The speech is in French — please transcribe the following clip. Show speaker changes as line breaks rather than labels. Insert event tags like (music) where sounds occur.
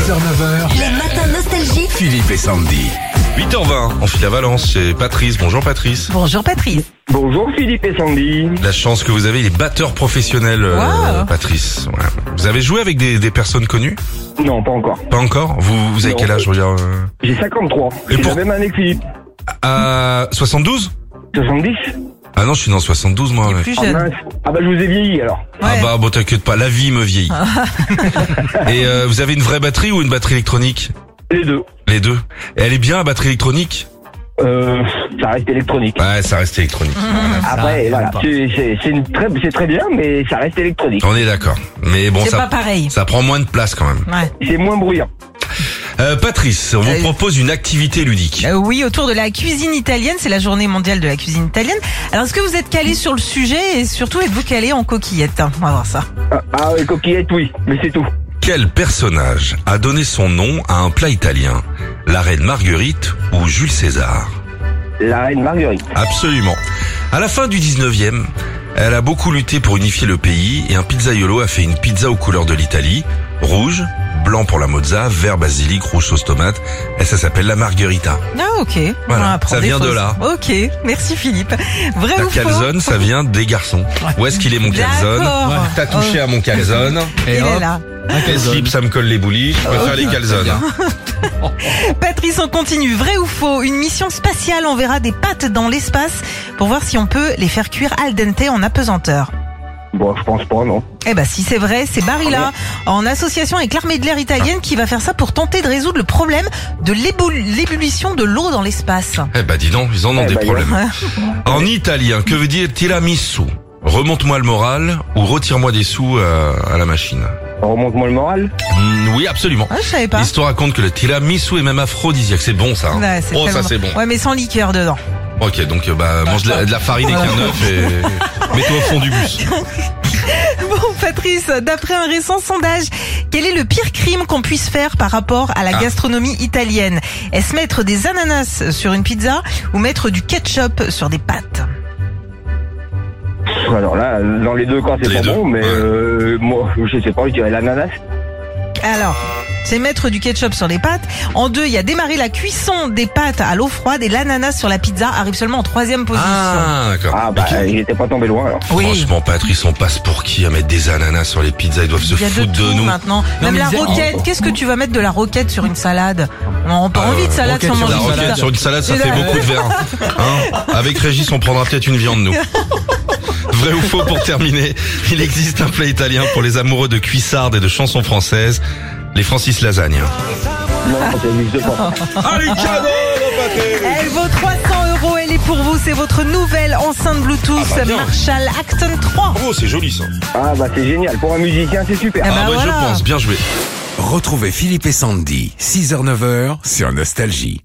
6h-9h,
Le matin nostalgique.
Philippe et Sandy.
8h20, on file à Valence chez Patrice. Bonjour Patrice.
Bonjour Patrice.
Bonjour Philippe et Sandy.
La chance que vous avez, il est batteur professionnel, euh,
Wow.
Patrice. Voilà. Vous avez joué avec des, des personnes connues
Non, pas encore.
Pas encore vous, vous avez
Non.
quel âge, je veux dire, euh,
J'ai 53.
Et
J'ai
pour-
la même année que Philippe.
À 72
70
Ah non, je suis dans 72 moi.
Il est
ouais.
plus
Ah
jeune.
mince. Ah bah je vous ai vieilli alors.
Ah
Ouais.
bah bon t'inquiète pas, la vie me vieillit. (laughs)
Ah.
Et euh, vous avez une vraie batterie ou une batterie électronique
Les deux.
Les deux. Et elle est bien la batterie électronique
Euh, ça reste électronique.
Ouais, ça reste électronique.
Mm.
Voilà.
Après, voilà. C'est- C'est c'est une très, c'est très bien, mais ça reste électronique.
On est d'accord. Mais bon,
C'est
ça,
pas pareil.
ça prend moins de place quand même.
Ouais.
C'est moins bruyant.
Euh, Patrice, on vous
Euh,
propose une activité ludique.
Euh, oui, autour de la cuisine italienne, c'est la journée mondiale de la cuisine italienne. Alors, est-ce que vous êtes calé sur le sujet et surtout êtes-vous calé en coquillette On va voir ça.
Ah, ah oui, coquillette, oui, mais c'est tout.
Quel personnage a donné son nom à un plat italien La reine Marguerite ou Jules César
La reine Marguerite.
Absolument. À la fin du 19e, elle a beaucoup lutté pour unifier le pays et un pizzaiolo a fait une pizza aux couleurs de l'Italie, rouge, blanc pour la mozza, vert basilic, rouge sauce tomate, et ça s'appelle la margherita.
Ah, ok.
Voilà,
On apprend
ça
des
vient de
choses.
là.
Ok, merci Philippe. Vrai
La
ou faux
calzone, ça vient des garçons. Où est-ce qu'il est mon calzone
D'accord.
Ouais,
T'as touché à mon calzone.
Il
Et
est
hop,
là.
un
Les
calzone.
slips, ça me colle les boulis. Je préfère les calzones.
Bien.
Patrice, on continue. Vrai ou faux Une mission spatiale enverra des pâtes dans l'espace pour voir si on peut les faire cuire al dente en apesanteur.
Bon, je pense pas, non.
Eh ben si c'est vrai, c'est Barilla
Ah
en association avec l'armée de l'air italienne qui va faire ça pour tenter de résoudre le problème de l'éboul- l'ébullition de l'eau dans l'espace.
Eh bah dis donc, ils en ont
Eh
des
ben,
bah,
problèmes.
ouais.
En italien, que veut dire tiramisu Remonte-moi le moral ou retire-moi des sous euh, à la machine.
Remonte-moi le moral.
Mm, oui, absolument.
Ah, je savais pas.
L'histoire raconte que le tiramisu est même aphrodisiaque. C'est bon ça. hein.
Ouais, c'est
oh ça
tellement-
c'est bon.
Ouais, mais sans liqueur dedans. (laughs)
Ok, donc euh, bah mange de la, de la farine avec un œuf
(laughs)
et mets-toi au fond du bus.
Bon, Patrice, d'après un récent sondage, quel est le pire crime qu'on puisse faire par rapport à la
Ah.
gastronomie italienne Est-ce mettre des ananas sur une pizza ou mettre du ketchup sur des pâtes
Pff, Alors là, dans les deux cas, c'est
Les
pas
deux,
bon, mais
ouais.
euh, moi, je sais pas, je dirais l'ananas.
Alors, c'est mettre du ketchup sur les pâtes. En deux, il y a démarrer la cuisson des pâtes à l'eau froide et l'ananas sur la pizza arrive seulement en troisième position.
Ah d'accord.
Ah bah, il était pas tombé loin alors.
Franchement, Patrice, on passe pour qui à mettre des ananas sur les pizzas Ils doivent se
Il y a de
foutre de,
tout
nous.
maintenant. Même
mais
la
ils-
Oh.
roquette. Qu'est-ce que tu vas mettre de la roquette sur une salade On n'a pas
Ah,
envie de salade
roquette
sur
sur
La
Une
roquette
salade.
sur une salade, ça
Une
fait
salade.
beaucoup de verre. Hein Avec Régis, on prendra peut-être une viande,
(laughs)
nous. Vrai ou faux pour terminer Il existe un plat italien pour les amoureux de cuissardes et de chansons françaises, les Francis Lasagne.
Non, ça n'existe pas.
(laughs)
Elle vaut 300 euros. Elle est pour vous. C'est votre nouvelle enceinte Bluetooth
Ah bah bien.
Marshall Acton 3.
Oh, c'est joli ça.
Ah bah, c'est génial. Pour un musicien, c'est super.
Ah
Ah,
bah
ouais,
Eh voilà.
je pense, bien joué.
Retrouvez Philippe et Sandy, 6h-9h sur Nostalgie.